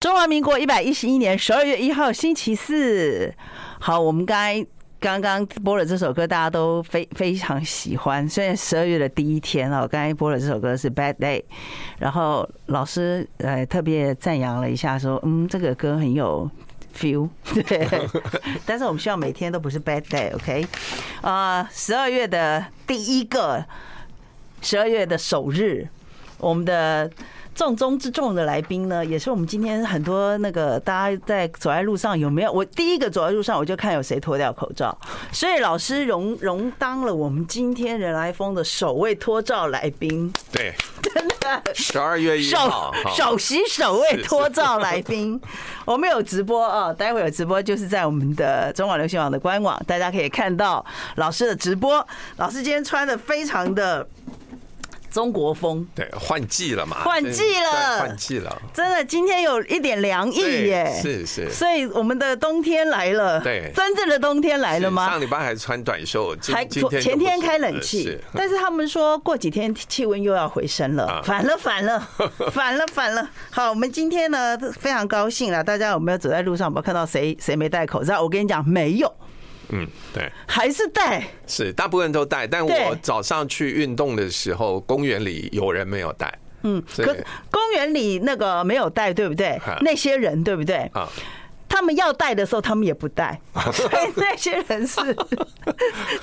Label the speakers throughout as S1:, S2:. S1: 中华民国一百一十一年十二月一号星期四，好，我们刚才刚刚播了这首歌，大家都非非常喜欢。虽然十二月的第一天啊，我刚才播了这首歌是《Bad Day》，然后老师呃特别赞扬了一下，说嗯，这个歌很有 feel，对。 但是我们希望每天都不是 Bad Day，OK？、啊，十二月的第一个，十二月的首日，我们的重中之重的来宾呢，也是我们今天很多那个大家在走在路上有没有？我第一个走在路上，我就看有谁脱掉口罩，所以老师荣荣当了我们今天人来疯的首位脱罩来宾，
S2: 对，真的，十二月一
S1: 首
S2: 号，哈
S1: 首席首位脱罩来宾。我们有直播啊，待会有直播，就是在我们的中广流行网的官网，大家可以看到老师的直播。老师今天穿的非常的中国风。
S2: 对换季了嘛，
S1: 换季了
S2: 对换季了，
S1: 真的，今天有一点凉意
S2: 对
S1: 耶，
S2: 是是
S1: 所以我们的冬天来了，
S2: 对
S1: 真正的冬天来了
S2: 上
S1: 吗？
S2: 礼拜还穿短袖，今
S1: 还
S2: 今
S1: 昨
S2: 天
S1: 前
S2: 就不
S1: 天
S2: 是呃
S1: 开冷
S2: 是
S1: 气，但是他们说过几天气温又要回升了
S2: 啊，
S1: 反了反 了反了反了。好，我们今天呢非常高兴了，大家有没有走在路上有没有看到谁谁没戴口罩？我跟你讲，没有，
S2: 嗯，对，
S1: 还是戴。
S2: 是大部分都戴，但
S1: 对
S2: 我早上去运动的时候，公园里有人没有戴，嗯，所以
S1: 可公园里那个没有戴，对不对
S2: 哈？
S1: 那些人对不对？
S2: 啊，
S1: 他们要戴的时候，他们也不 戴，所以那些人是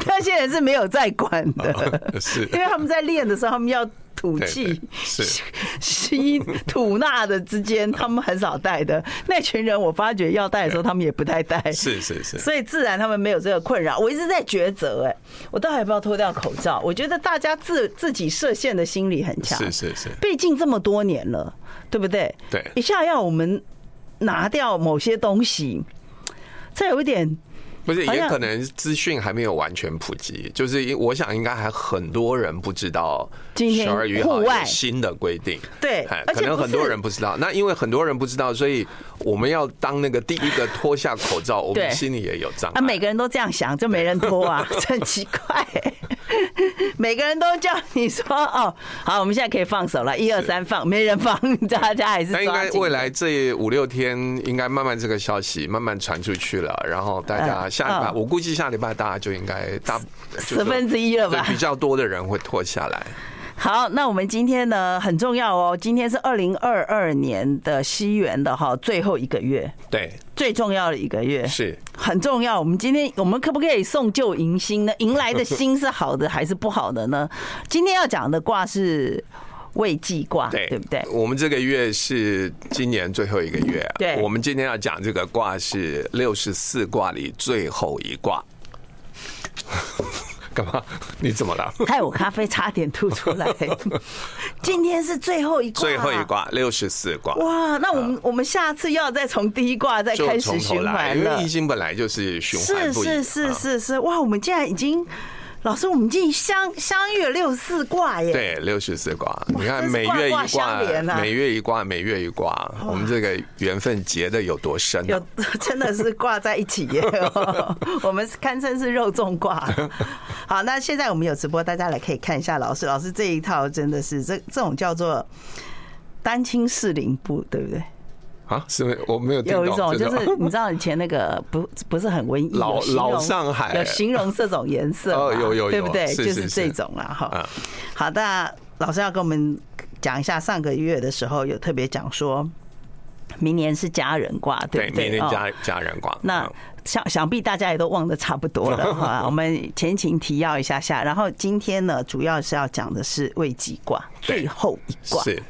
S1: 那些人是没有在管的，
S2: 是
S1: 因为他们在练的时候，他们要吐气
S2: 对、是
S1: 吸吐纳的之间，他们很少戴的。那群人，我发觉要戴的时候，他们也不太戴，
S2: 是是是，
S1: 所以自然他们没有这个困扰。我一直在抉择，哎，我到底要不要脱掉口罩？我觉得大家自自己设限的心理很强，
S2: 是是是，
S1: 毕竟这么多年了，对不对？
S2: 对
S1: 一下要我们拿掉某些东西，这有一点
S2: 不是，
S1: 好像
S2: 也可能资讯还没有完全普及，就是因我想应该还很多人不知道
S1: 今天
S2: 十二月一号
S1: 户外
S2: 有新的规定，
S1: 对
S2: 哎
S1: 而且
S2: 可能
S1: 不
S2: 很多
S1: 是
S2: 人不知道。那因为很多人不知道，所以我们要当那个第一个脱下口罩，我
S1: 对
S2: 们心里也有障
S1: 啊，
S2: 碍。
S1: 每个人都这样想，就没人脱 啊，这很奇怪、 每个人都叫你说哦，好，我们现在可以放手了，一二三放，没人放， 大家还是
S2: 但应
S1: 抓
S2: 该
S1: 紧
S2: 未来这五六天，应该慢慢这个消息慢慢传出去了，然后大家
S1: 嗯
S2: 下礼拜，
S1: 嗯
S2: 我估计下礼拜大家就应该大就是
S1: 十分之一了
S2: 对
S1: 吧
S2: 比？较多的人会脱下来。
S1: 好，那我们今天呢很重要哦，今天是二零二二年的西元的哈最后一个月，
S2: 对，
S1: 最重要的一个月
S2: 是
S1: 很重要。我们今天我们可不可以送旧迎新呢？迎来的新是好的还是不好的呢？今天要讲的卦是未济卦，
S2: 对，
S1: 对不对？
S2: 我们这个月是今年最后一个月，啊
S1: 对
S2: 我们今天要讲这个卦是六十四卦里最后一卦。 干嘛？你怎么了？
S1: 害我咖啡差点吐出 来。今天是最后一卦，
S2: 最后一。卦啊六十四卦，
S1: 哇，那我们我们下次又要再从第一卦再
S2: 就
S1: 开始
S2: 从头
S1: 循
S2: 来，
S1: 环
S2: 因
S1: 了
S2: 为易。经本来就是循环
S1: 是
S2: 不已。
S1: 是
S2: 啊
S1: 是是是，哇，我们竟然已经，老师，我们已经相相遇了六十四卦耶。
S2: 对，六十四卦，你
S1: 真
S2: 看
S1: 是
S2: 每
S1: 卦
S2: 月
S1: 卦
S2: 一
S1: 相
S2: 卦
S1: 连啊，
S2: 每月一卦，每月一卦，我们这个缘分结的有多深啊？
S1: 有 真的是挂在一起耶， 我们是堪称是肉粽挂。 好，那现在我们有直播，大家来可以看一下老师，老师这一套真的是这这种叫做单亲适龄部，对不对？
S2: 啊，是不是我没有听
S1: 有一
S2: 懂
S1: 种就
S2: 这
S1: 是你知道以前那个不不是很文艺，
S2: 老
S1: 有形容
S2: 老上海
S1: 有形容这种颜色嘛，
S2: 哦有有有
S1: 对不对？
S2: 是
S1: 就是这种啦，哈
S2: 啊。
S1: 好的，那老师要跟我们讲一下，上个月的时候有特别讲说，明年是家人卦，
S2: 对，
S1: 不对？
S2: 明天
S1: 哦
S2: 家家人卦，
S1: 那
S2: 嗯
S1: 想想必大家也都忘得差不多了 哈。我们前情提要一下下，然后今天呢，主要是要讲的是未济卦
S2: 对
S1: 最后一卦
S2: 是。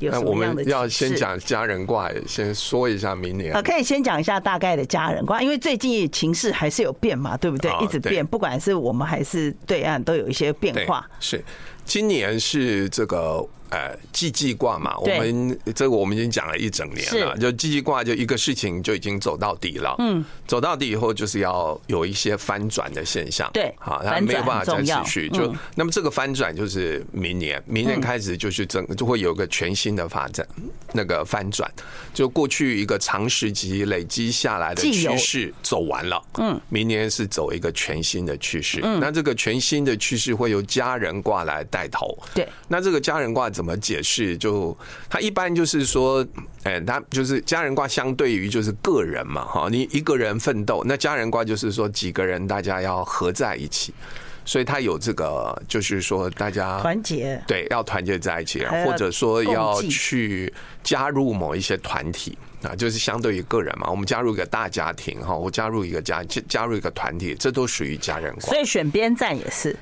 S1: 有
S2: 那
S1: 什
S2: 我
S1: 么样的
S2: 们要
S1: 启示
S2: 先讲家人卦，先说一下明年
S1: 呃，。可以先讲一下大概的家人卦，因为最近情势还是有变嘛，对不对
S2: 啊？
S1: 一直
S2: 对
S1: 变，不管是我们还是对岸都有一些变
S2: 对
S1: 化。，
S2: 是今年是这个呃季季卦嘛，我
S1: 对
S2: 们这个我们已经讲了一整年了，
S1: 是
S2: 就季季卦就一个事情就已经走到底了，嗯，走到底以后就是要有一些翻转的现象，
S1: 对
S2: 好，它
S1: 翻转
S2: 没有办法
S1: 很重
S2: 再
S1: 要
S2: 持续，就
S1: 嗯
S2: 那么这个翻转就是明年，明年开始就是整就会有一个全新的发展，那个翻转就过去一个长时期累积下来的
S1: 既有
S2: 趋势走完了，嗯，明年是走一个全新的趋势，嗯，那这个全新的趋势会由家人卦来带头，
S1: 对，
S2: 那这个家人卦怎怎么解释，就他一般就是说，哎，他就是家人卦，相对于就是个人嘛，哈，你一个人奋斗，那家人卦就是说几个人大家要合在一起，所以他有这个就是说大家
S1: 团结，
S2: 对，要团结在一起，
S1: 还要
S2: 或者说要
S1: 共济
S2: 去加入某一些团体啊，就是相对于个人嘛，我们加入一个大家庭哈，我加入一个家，加加入一个团体，这都属于家人卦
S1: 所。以选边站也是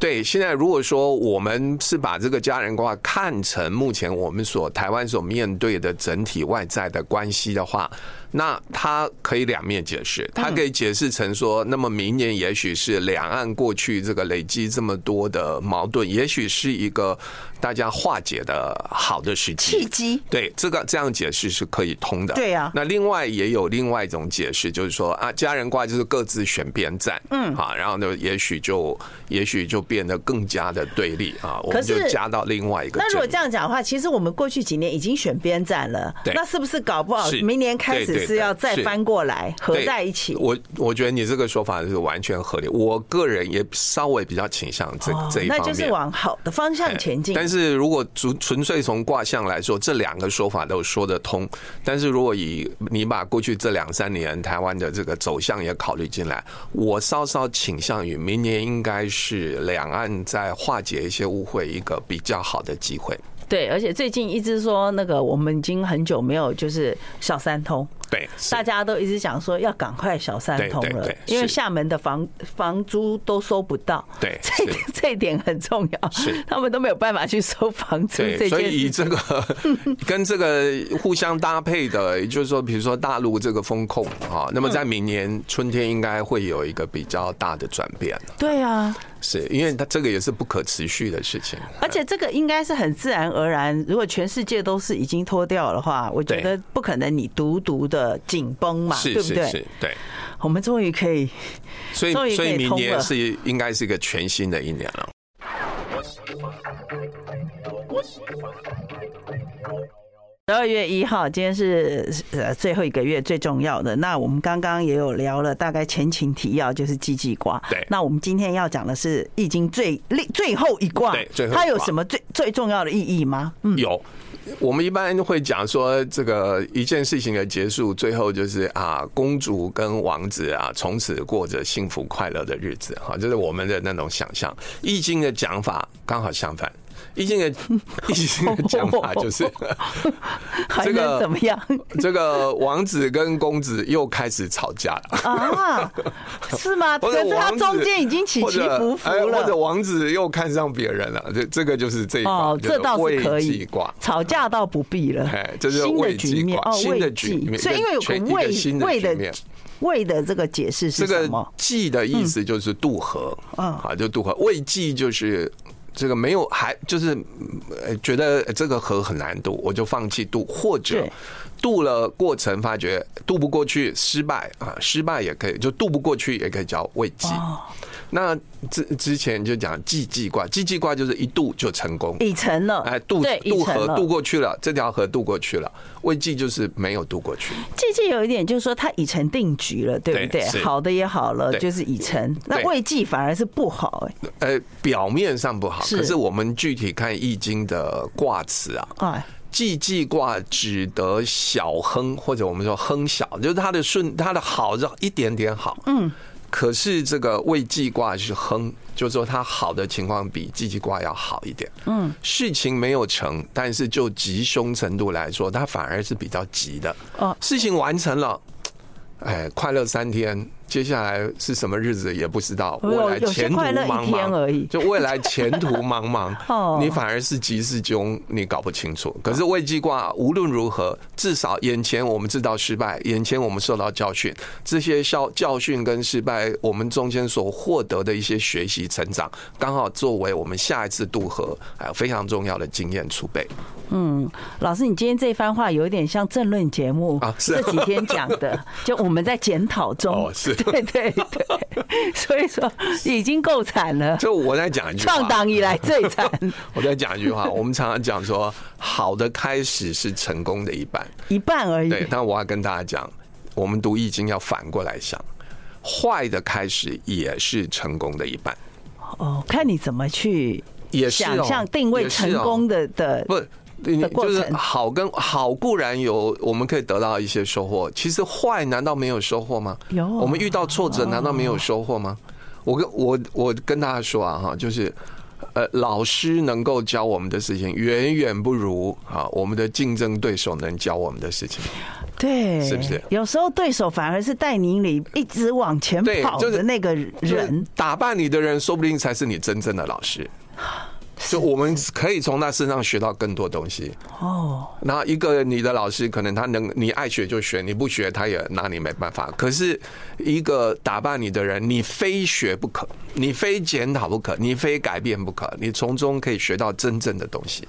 S2: 对，现在如果说我们是把这个家人卦看成目前我们所台湾所面对的整体外在的关系的话，那它可以两面解释，它可以解释成说，那么明年也许是两岸过去这个累积这么多的矛盾，也许是一个大家化解的好的时机
S1: 契机。
S2: 对，这个这样解释是可以通的。
S1: 对啊
S2: 那另外也有另外一种解释，就是说啊，家人卦就是各自选边站，嗯，啊，然后呢，也许就也许就变得更加的对立啊，我
S1: 可
S2: 们
S1: 是
S2: 就加到另外一个阵
S1: 那
S2: 营。
S1: 如果这样讲的话，其实我们过去几年已经选边站了，
S2: 对
S1: 那是不是搞不好
S2: 是
S1: 明年开
S2: 对
S1: 始
S2: 对
S1: 是要
S2: 对
S1: 再
S2: 是
S1: 翻过来合
S2: 对
S1: 在一起？
S2: 我我觉得你这个说法是完全合理，我个人也稍微比较倾向这、
S1: 哦
S2: 这一方
S1: 那
S2: 面。
S1: 就是往好的方向前进。
S2: 哎但是如果纯纯粹从卦象来说，这两个说法都说得通。但是如果以你把过去这两三年台湾的这个走向也考虑进来，我稍稍倾向于明年应该是两岸在化解一些误会一个比较好的机会。
S1: 对，而且最近一直说那个，我们已经很久没有就是小三通，
S2: 对，是
S1: 大家都一直讲说要赶快小三通
S2: 对对
S1: 了
S2: 对，
S1: 因为
S2: 是
S1: 厦门的房房租都收不到。
S2: 对
S1: 这一
S2: 是
S1: 点这一点很重要
S2: 是，
S1: 他们都没有办法去收房租这
S2: 对，所
S1: 件
S2: 以以
S1: 事。
S2: 这个 跟这个互相搭配的，也就是说，比如说大陆这个风控啊，
S1: 嗯
S2: 那么在明年春天应该会有一个比较大的转变，
S1: 对啊，
S2: 是因为它这个也是不可持续的事情。
S1: 而且这个应该是很自然而然。如果全世界都是已经脱掉的话，我觉
S2: 对
S1: 得不可能你独独的紧绷嘛，
S2: 是
S1: 对不
S2: 是
S1: 对
S2: 是？，对，
S1: 我们终于可以
S2: 所
S1: 终于
S2: 以所
S1: 可以
S2: 以明
S1: 通了
S2: 年是应该是一个全新的一年了。
S1: 十二月一号，今天是呃最后一个月最重要的。那我们刚刚也有聊了，大概前情提要就是季季卦。
S2: 对
S1: 那我们今天要讲的是《易经》最另最后一卦，
S2: 对最后一卦
S1: 它有什么最最重要的意义吗？嗯，
S2: 有，我们一般会讲说，这个一件事情的结束，最后就是啊，公主跟王子啊，从此过着幸福快乐的日子哈，这是我们的那种想象。易经的讲法刚好相反。易经的 易经的讲法就是，
S1: 还
S2: 这个
S1: 能怎么 样
S2: 这个王子跟公子又开始吵架了。
S1: 啊？是吗？可
S2: 或者
S1: 是它
S2: 王子
S1: 中间已经起起伏伏
S2: 或者哎或者
S1: 了。
S2: 王子又看上别人了，这这个就是这一卦，
S1: 哦，这倒是可
S2: 就是未
S1: 以
S2: 济卦。
S1: 吵架倒不必了
S2: 哎，这是
S1: 新的
S2: 未
S1: 局
S2: 济
S1: 面
S2: 卦
S1: 哦，
S2: 新的
S1: 未
S2: 局
S1: 济，
S2: 面
S1: 所以因为有个
S2: 全一个
S1: 未
S2: 新的
S1: 未
S2: 局
S1: 的
S2: 面
S1: 未的这个解释是
S2: 这
S1: 什
S2: 个
S1: 么？
S2: 济的意思就是渡河，
S1: 嗯
S2: 啊，就渡河。未济就是这个没有还就是呃觉得这个河很难渡，我就放弃渡，或者
S1: 对
S2: 渡了过程发觉呃渡不过去失败啊，失败也可以就渡不过去也可以叫未济。
S1: 哦
S2: 那之之前就讲济济卦，济济卦就是一渡就成功，
S1: 已成了，
S2: 哎，渡
S1: 对已
S2: 渡
S1: 成
S2: 河
S1: 了
S2: 渡过去了，这条河渡过去了，未济就是没有渡过去。
S1: 季季有一点就是说，它已成定局了，对不
S2: 对
S1: 对？
S2: 是
S1: 好的也好了，
S2: 对
S1: 就是已成。那
S2: 对
S1: 未季反而是不好、哎
S2: 呃，表面上不好，
S1: 是
S2: 可是我们具体看易经的卦辞啊，
S1: 哎，
S2: 既济卦只得小亨，或者我们说亨小，就是它的顺，它的好是一点点好，嗯。可是这个未济卦是亨，就是说它好的情况比既济卦要好一点。嗯，事情没有成，但是就吉凶程度来说，它反而是比较急的。
S1: 哦
S2: 事情完成了，哎，快乐三天，接下来是什么日子也不知道，
S1: 哦
S2: 未来
S1: 有些
S2: 前途
S1: 快乐一
S2: 茫
S1: 天
S2: 茫
S1: 而已
S2: 就未来前途茫
S1: 哦
S2: 茫，你反而是吉是凶，你搞不清楚。可是未济卦无论如何，至少眼前我们知道失败，眼前我们受到教训，这些教教训跟失败，我们中间所获得的一些学习成长，刚好作为我们下一次渡河哎非常重要的经验储备。
S1: 嗯老师，你今天这番话有一点像政论节目
S2: 啊是
S1: 这
S2: 啊
S1: 几天讲的， 就我们在检讨中
S2: 哦，是
S1: 对对对， 所以说已经够惨了，
S2: 就我再讲一句话，
S1: 创党以来最惨，
S2: 我再讲一句话，我们常常讲说，好的开始是成功的一半。
S1: 一半而已。
S2: 对，但我要跟大家讲，我们读易经要反过来想，坏的开始也是成功的一半。
S1: 哦，看你怎么去
S2: 也是哦
S1: 想象定位
S2: 也是哦
S1: 成功的的
S2: 不，你
S1: 的过
S2: 就是
S1: 程
S2: 好跟好固然有，我们可以得到一些收获。其实坏难道没有收获吗？
S1: 有
S2: 我们遇到挫折难道没有收获吗？我跟我我跟大家说啊哈，就是。呃，老师能够教我们的事情，远远不如啊我们的竞争对手能教我们的事情。
S1: 对，
S2: 是不是
S1: 有时候对手反而是带你里一直往前
S2: 对
S1: 跑
S2: 就是
S1: 的那个
S2: 就是
S1: 人，
S2: 打败你的人，说不定才是你真正的老 师。就我们可以从他身上学到更多东西。
S1: 哦，
S2: 那一个你的老师，可能他能你爱学就学，你不学他也拿你没办法。可是一个打败你的人，你非学不可，你非检讨不可，你非改变不可，你从中可以学到真正的东西。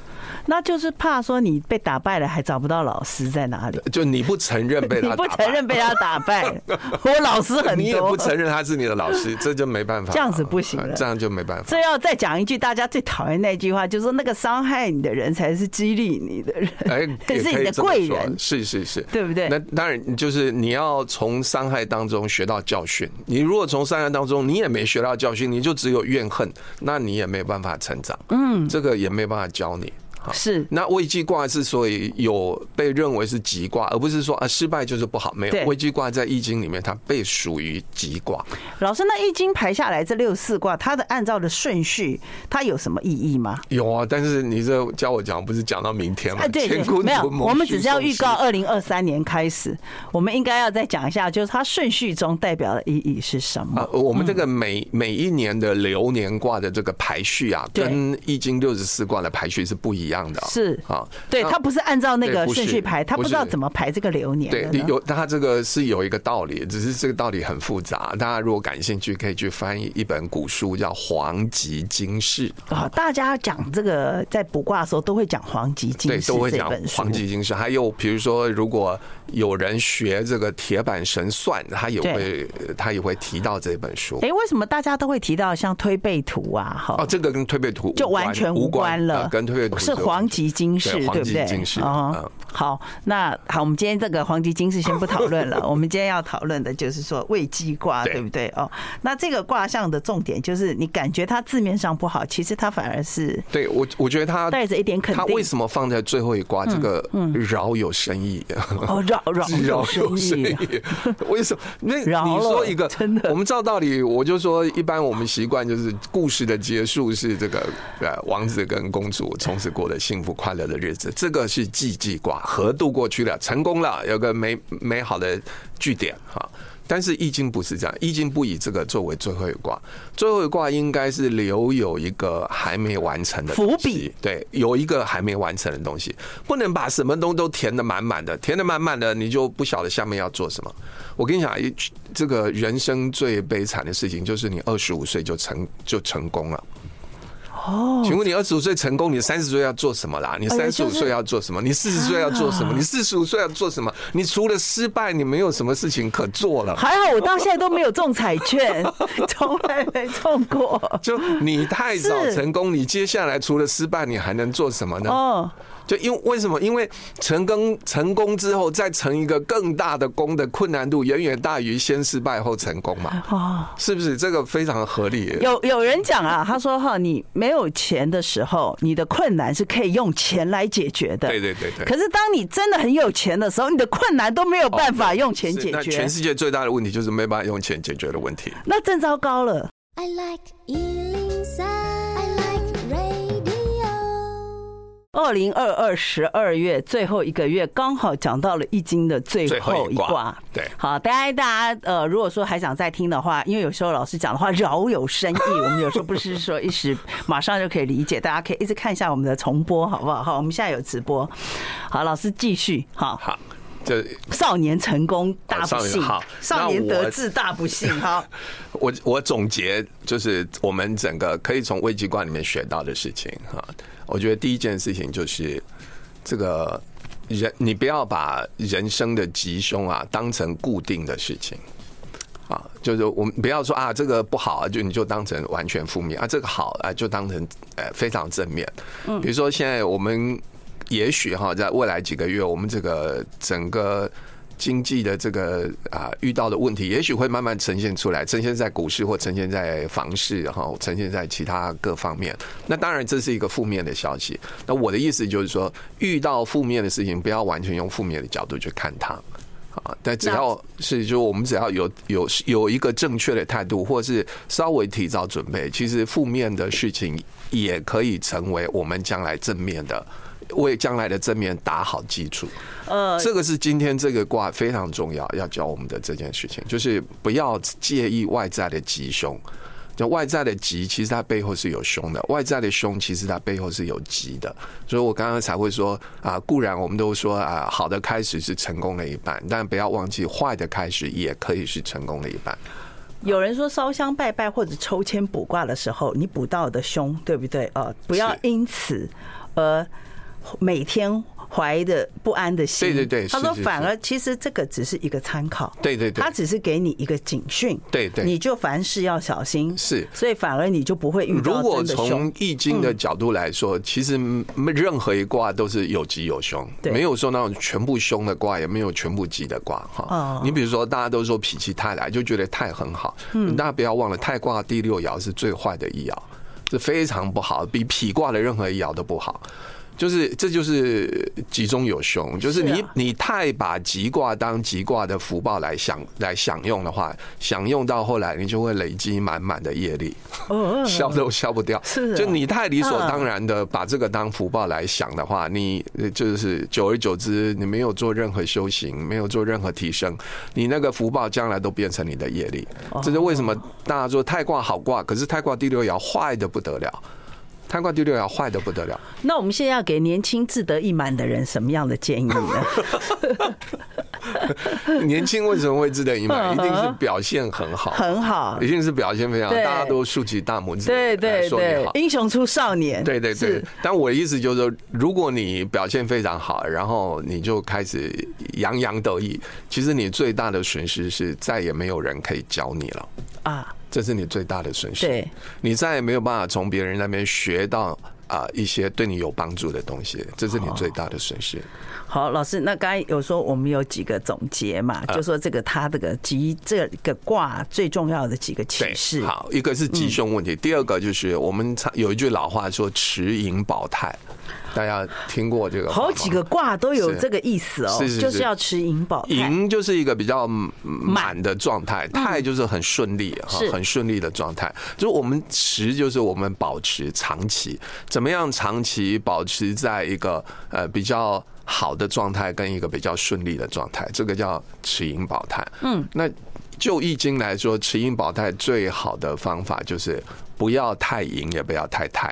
S1: 那就是怕说你被打败了还找不到老师在哪里，
S2: 就你不承认 被
S1: 你
S2: 他
S1: 不
S2: 打败
S1: 承认被他打 败，我老师很
S2: 你也
S1: 多
S2: 不。承认他是你的老师，这就没办法。
S1: 这样子不行了
S2: 这样就没办法。
S1: 这要再讲一句大家最讨厌那句话，就是说那个伤害你的人才是激励你的人，
S2: 哎，也
S1: 可是
S2: 以
S1: 你的
S2: 这么
S1: 贵
S2: 说
S1: 人
S2: 是是是，
S1: 对不对
S2: 那当然就是你要从伤害当中学到教训。你如果从伤害当中你也没学到教训，你就只有怨恨，那你也没办法成长。嗯，这个也没办法教你。好
S1: 是
S2: 那危机卦之所以有被认为是吉卦，而不是说啊失败就是不好，没
S1: 对
S2: 有危机卦在易经里面它被属于吉卦。
S1: 老师，那易经排下来这六十四卦，它的按照的顺序，它有什么意义吗？
S2: 有啊，但是你这教我讲不是讲到明天吗？
S1: 哎，对，对
S2: 啊乾坤
S1: 没有，
S2: 屯蒙
S1: 我们
S2: 虚
S1: 只是要
S2: 送
S1: 预
S2: 西
S1: 告二零二三年开始，我们应该要再讲一下，就是它顺序中代表的意义是什么
S2: 啊。，我们这个每每一年的流年卦的这个排序啊，
S1: 对
S2: 跟易经六十四卦的排序是不一样的、啊。
S1: 是
S2: 啊，
S1: 对，
S2: 那
S1: 它不是按照那
S2: 对
S1: 个
S2: 不是
S1: 顺序排，它
S2: 不
S1: 不知道
S2: 是
S1: 怎么排这个流年
S2: 对
S1: 的呢。
S2: 有它这个是有一个道理，只是这个道理很复杂。大家如果感兴趣，可以去翻译一本古书，叫《黄极经世》。
S1: 啊，大家讲这个在卜卦的时候都会讲黄极金
S2: 对，
S1: 石
S2: 都会
S1: 这
S2: 讲
S1: 本书
S2: 黄，极经世。还有比如说，如果有人学这个铁板神算，他也
S1: 对
S2: 会他也会提到这本书。
S1: 哎，为什么大家都会提到像推背图啊？
S2: 哦，
S1: 哈，
S2: 这个跟推背图
S1: 就
S2: 无关
S1: 完全
S2: 无
S1: 无关了，
S2: 啊跟推背图
S1: 是
S2: 就
S1: 黄极金氏，
S2: 对
S1: 对
S2: 黄
S1: 不
S2: 极
S1: 对？
S2: 金氏
S1: 哦
S2: 嗯
S1: 好，那好，我们今天这个黄极金氏先不讨论了，我 们今天要讨论的就是说未鸡卦，
S2: 对
S1: 对不对？哦，那这个卦象的重点就是你感觉它字面上不好，其实它反而是
S2: 对我，我觉得他
S1: 带着一点肯定
S2: 他为什么放在最后一卦？这个饶有深 意，
S1: 哦扰 扰
S2: 饶有
S1: 有
S2: 深
S1: 深意。啊
S2: 意。 为什么？那
S1: 饶
S2: 你
S1: 了
S2: 说一个
S1: 真的
S2: 我们照道理，我就说，一般我们习惯就是故事的结束是这个呃王子跟公主从此过的幸福快乐的日子，这个是季季卦，河渡过去了，成功了，有个美美好的据点哈。但是《易经》不是这样，《易经》不以这个作为最后一卦，最后一卦应该是留有一个还没完成的
S1: 伏
S2: 东
S1: 笔
S2: 西对，有一个还没完成的东西，不能把什么东西都填的满满的，填的满满的，你就不晓得下面要做什么。我跟你讲，一哎这个人生最悲惨的事情就是你二十五岁就成就成功了。哦，请问你二十五岁成功，你三十岁要做什么啦？你
S1: 哎呀
S2: 三十
S1: 就
S2: 五
S1: 是
S2: 岁要做什么？你四十岁要做什么？你四十五岁要做什么？你除了失败，你没有什么事情可做了。
S1: 还好我到现在都没有中彩券， 从来没中过。
S2: 就你太早
S1: 是
S2: 成功，你接下来除了失败，你还能做什么呢？
S1: 哦，
S2: 就因为为什么？因为成功成功之后，再成一个更大的功的困难度，远远大于先失败后成功嘛？
S1: 哦，
S2: 是不是？这个非常合理。
S1: 有有人讲啊，他说哈，你没有钱的时候，你的困难是可以用钱来解决的。
S2: 对对对对。
S1: 可是当你真的很有钱的时候，你的困难都没有办法用钱
S2: 哦是
S1: 解
S2: 那
S1: 决
S2: 全，世界最大的问题就是没办法用钱解决的问题。
S1: 那更糟糕了。
S3: I like Ealing Sound. I like radio.
S1: 二零二二十二月最后一个月，刚好讲到了《易经》的最
S2: 最
S1: 后
S2: 后
S1: 一
S2: 一
S1: 卦
S2: 卦。，对，
S1: 好，大家大家呃，如果说还想再听的话，因为有时候老师讲的话饶有深意，我们有时候不是说一时马上就可以理解，大家可以一直看一下我们的重播，好不好？好，我们现在有直播。好，老师继续。好，
S2: 好，就
S1: 少年成功大不
S2: 少年
S1: 幸
S2: 好，
S1: 少年
S2: 那我
S1: 得志大不幸。好，
S2: 我我总结就是我们整个可以从危机观里面学到的事情哈。我觉得第一件事情就是这个人，你不要把人生的吉凶啊当成固定的事情。啊，就是我们不要说啊，这个不好啊，就你就当成完全负面啊，这个好啊，就当成呃非常正面。比如说现在我们也许哈，在未来几个月，我们这个整个经济的这个啊、遇到的问题，也许会慢慢呈现出来，呈现在股市或呈现在房市，然后呈现在其他各方面。那当然这是一个负面的消息。那我的意思就是说，遇到负面的事情，不要完全用负面的角度去看它。啊，但只要是就我们只要有有有一个正确的态度，或是稍微提早准备，其实负面的事情也可以成为我们将来正面的，为将来的正面打好基础。
S1: 呃，
S2: 这个是今天这个卦非常重要要教我们的这件事情，就是不要介意外在的吉凶。就外在的吉，其实它背后是有凶的；外在的凶，其实它背后是有吉的。所以我刚刚才会说啊，固然我们都说啊，好的开始是成功的一半，但不要忘记坏的开始也可以是成功的一半。
S1: 有人说烧香拜拜或者抽签卜卦的时候，你卜到的凶，对不对？呃，不要
S2: 是
S1: 因此而每天怀着不安的心。
S2: 对对对
S1: 他
S2: 是
S1: 说
S2: 是
S1: 反
S2: 是
S1: 而其实这个只是一个参考。
S2: 对对对
S1: 他只是给你一个警讯。
S2: 对对
S1: 你就凡事要小心。
S2: 是
S1: 所以反而你就不会遇
S2: 如
S1: 嗯到
S2: 果
S1: 真的
S2: 从
S1: 凶。嗯
S2: 易经的角度来说，其实没任何一卦都是有吉有凶，
S1: 对
S2: 没有说那种全部凶的卦，也没有全部吉的卦
S1: 哦
S2: 哈。你比如说，大家都说脾气太来，就觉得太很好，
S1: 嗯
S2: 大家不要忘了，太卦第六爻是最坏的一爻，是非常不好，比痞卦的任何一爻都不好。就是，这就是吉中有凶，就
S1: 是
S2: 是
S1: 啊
S2: 你你太把吉卦当吉卦的福报来享来享用的话，享用到后来你就会累积满满的业力。
S1: 哦
S2: 消都消不掉。
S1: 是啊
S2: 就你太理所当然的把这个当福报来想的话，你呃就是久而久之，你没有做任何修行，没有做任何提升，你那个福报将来都变成你的业力。
S1: 哦
S2: 这是为什么大家说太卦好卦，可是太卦第六爻坏的不得了。太卦第六爻坏的 不得了，
S1: 那我们现在要给年轻志得意满的人什么样的建议 呢？
S2: 年轻为什么会值得一满？
S1: 嗯
S2: 一定是表现很 好，
S1: 很好
S2: 一。定是表现非常好，
S1: 对
S2: 大家都竖起大拇指，
S1: 对
S2: 来
S1: 对
S2: 哎说你
S1: 对
S2: 好，。
S1: 英雄出少 年。
S2: 对对对
S1: 是，
S2: 但我的意思就是说，如果你表现非常好，然后你就开始洋洋得意，其实你最大的损失是再也没有人可以教你了，
S1: 啊，
S2: 这是你最大的损失。
S1: 对，
S2: 你再也没有办法从别人那边学到啊、一些对你有帮助的东西，这是你最大的损
S1: 哦
S2: 失。
S1: 好，老师，那刚才有说我们有几个总结嘛，
S2: 啊
S1: 就说这个他这个吉这个卦最重要的几个启示。
S2: 对，好，一个是吉凶问
S1: 嗯
S2: 题，第二个就是我们常有一句老话说“持盈保泰”，大家听过这个话吗？
S1: 好几个卦都有
S2: 是
S1: 这个意思哦，
S2: 是是是
S1: 就是要持盈保泰。
S2: 赢就是一个比较嗯满的状态，泰就是很顺利哈
S1: 是，
S2: 很顺利的状态。就是我们持，就是我们保持长期，怎么样长期保持在一个呃比较好的状态跟一个比较顺利的状态，这个叫持盈保泰。嗯，那就易经来说，持盈保泰最好的方法就是不要太盈，也不要太泰。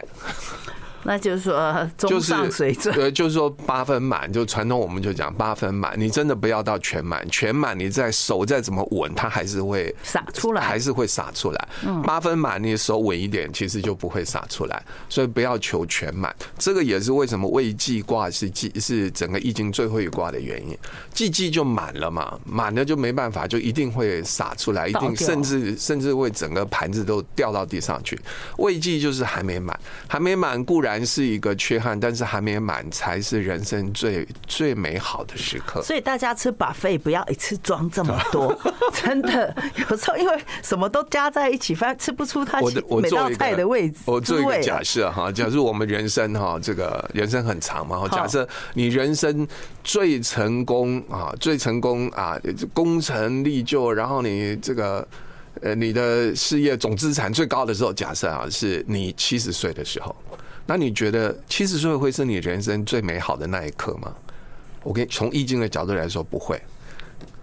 S1: 那就是说呃
S2: 就
S1: 中
S2: 是
S1: 上水准，
S2: 对，就是说八分满，就传统我们就讲八分满，你真的不要到全满，全满你再手再怎么稳，它还是会
S1: 洒出来嗯
S2: 还是会洒出来。八分满你手稳一点，其实就不会洒出来，所以不要求全满。这个也是为什么未济卦是济是整个易经最后一卦的原因，济济就满了嘛，满了就没办法，就一定会洒出来，一
S1: 倒
S2: 定
S1: 掉
S2: 甚至。是甚至会整个盘子都掉到地上去。未济就是还没满，还没满固然是一个缺憾，但是还没满才是人生最最美好的时 刻。
S1: 所以大家吃 buffet 不要一次装这么 多，真的有时候因为什么都加在一起，反正吃不出它
S2: 我的我
S1: 每
S2: 做
S1: 道
S2: 一
S1: 菜
S2: 个
S1: 的位置啊
S2: 我做
S1: 滋
S2: 一个
S1: 味
S2: 假
S1: 了。
S2: 设哈，假设我们人生哈，这个人生很长嘛，哈假设你人生最成功啊，最成功啊，功成立就，然后你这个。呃，你的事业总资产最高的时候，假设啊，是你七十岁的时候，那你觉得七十岁会是你人生最美好的那一刻吗？我跟从易经的角度来说，不会。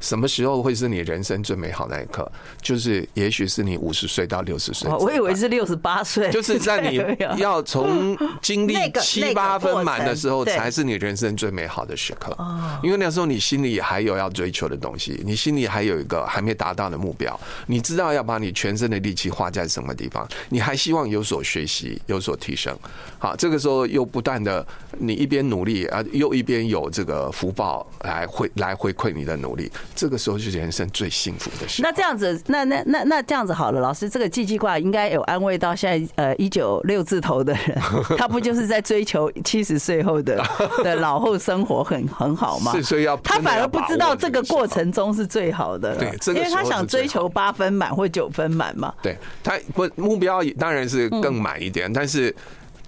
S2: 什么时候会是你人生最美好那一刻？就是也许是你五十岁到六十岁这
S1: 哦
S2: 一段，
S1: 我以为是六十八岁，
S2: 就是在 你
S1: 对啊
S2: 要从经历
S1: 那个
S2: 七八分满的时
S1: 那个过
S2: 候，
S1: 程对哦
S2: 才是你人生最美好的时刻。因为那时候你心里还有要追求的东西，你心里还有一个还没达到的目标，你知道要把你全身的力气花在什么地方，你还希望有所学习，有所提升。好，这个时候又不断的，你一边努力啊，又一边有这个福报来回来回馈你的努力，己，这个时候是人生最幸福的时候
S1: 那。这样子，那那那那这样子好了，老师，这个季季卦应该有安慰到现在呃一九六字头的 人，他不就是在追求七十岁后的的老后生活很很好吗？
S2: 是所以要
S1: 他
S2: 真的
S1: 反而
S2: 要
S1: 不
S2: 把
S1: 知道
S2: 握
S1: 这
S2: 这
S1: 个
S2: 个时
S1: 过
S2: 候
S1: 程中是最好的了，
S2: 对这个
S1: 因为他
S2: 时候
S1: 想
S2: 是最
S1: 追求
S2: 好
S1: 八分满或九分满嘛。
S2: 对他不目标也当然是更满一点，但是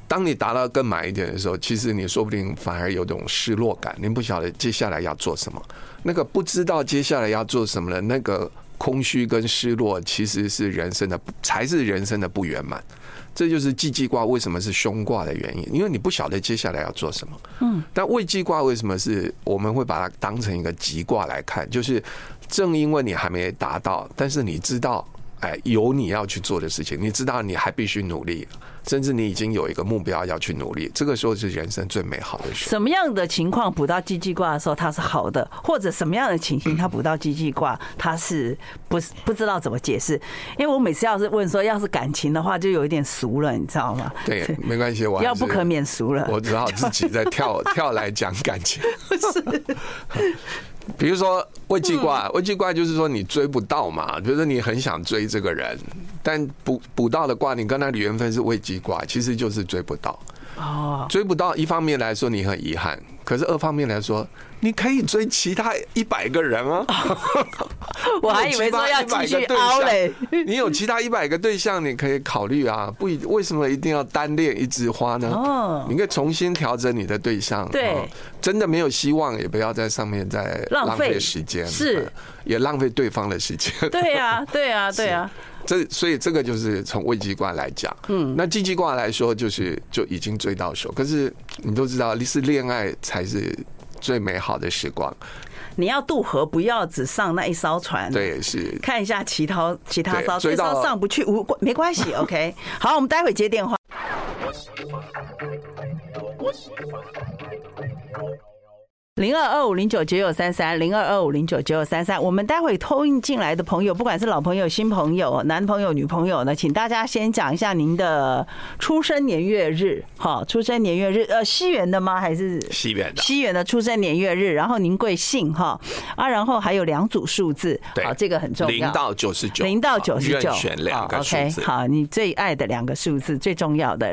S2: 当你达到更满一点的时候，其实你说不定反而有种失落感，你不晓得接下来要做什么，那个不知道接下来要做什么的那个空虚跟失落，其实是人生的才是人生的不圆满。这就是季季卦为什么是凶卦的原因，因为你不晓得接下来要做什么。嗯，但未季卦为什么是我们会把它当成一个吉卦来看？就是正因为你还没达到，但是你知道，哎，有你要去做的事情，你知道你还必须努力，甚至你已经有一个目标要去努力，这个时候是人生最美好的时候。
S1: 什么样的情况补到季季卦的时候它是好的，或者什么样的情形它补到季季卦它是不是不知道怎么解释？因为我每次要是问说要是感情的话，就有一点俗了，你知道吗？
S2: 对，没关系，我还
S1: 要
S2: 是
S1: 不可免俗了。
S2: 我只好自己再 跳跳来讲感情。比如说未记卦，
S1: 嗯
S2: 未记卦就是说你追不到嘛，比如说你很想追这个人，但补补到的卦，你跟他的缘分是未记卦，其实就是追不到。
S1: 哦，
S2: 追不到，一方面来说你很遗憾，可是二方面来说，你可以追其他一百个人啊。
S1: 我还以为说要继续凹嘞。
S2: 你有其他一百个对象，你可以考虑啊，不一为什么一定要单恋一枝花呢？
S1: 哦
S2: 你可以重新调整你的对象。
S1: 对
S2: 哦真的没有希望，也不要在上面再
S1: 浪费
S2: 费时间，
S1: 是
S2: 呃也浪费对方的时间。
S1: 对啊，对啊，对啊，
S2: 这 所以这个就是从未机卦来讲，嗯，那季季卦来说就是就已经追到手，可是你都知道，是恋爱才是最美好的时光，
S1: 你要渡河，不要只上那一艘船。。
S2: 对，是
S1: 看一下其他其他
S2: 对
S1: 艘，这
S2: 追到
S1: 艘上不去无关没关 系，OK。好，我们待会接电话。零二二五零九九九三三，零二二五零九九九三三。我们待会偷印进来的朋友，不管是老朋友、新朋友、男朋友、女朋友呢，请大家先讲一下您的出生年月日，哈，出生年月日，呃，西元的吗？还是
S2: 西元的。
S1: 西元的出生年月日，然后您贵姓哈啊，然后还有两组数字，
S2: 对
S1: 好，这个很重要，
S2: 零到九十九，
S1: 零到
S2: 好
S1: 九十九，
S2: 任选两
S1: 好
S2: 个数
S1: ，OK，
S2: 字。
S1: 好，你最爱的两个数字最重要的。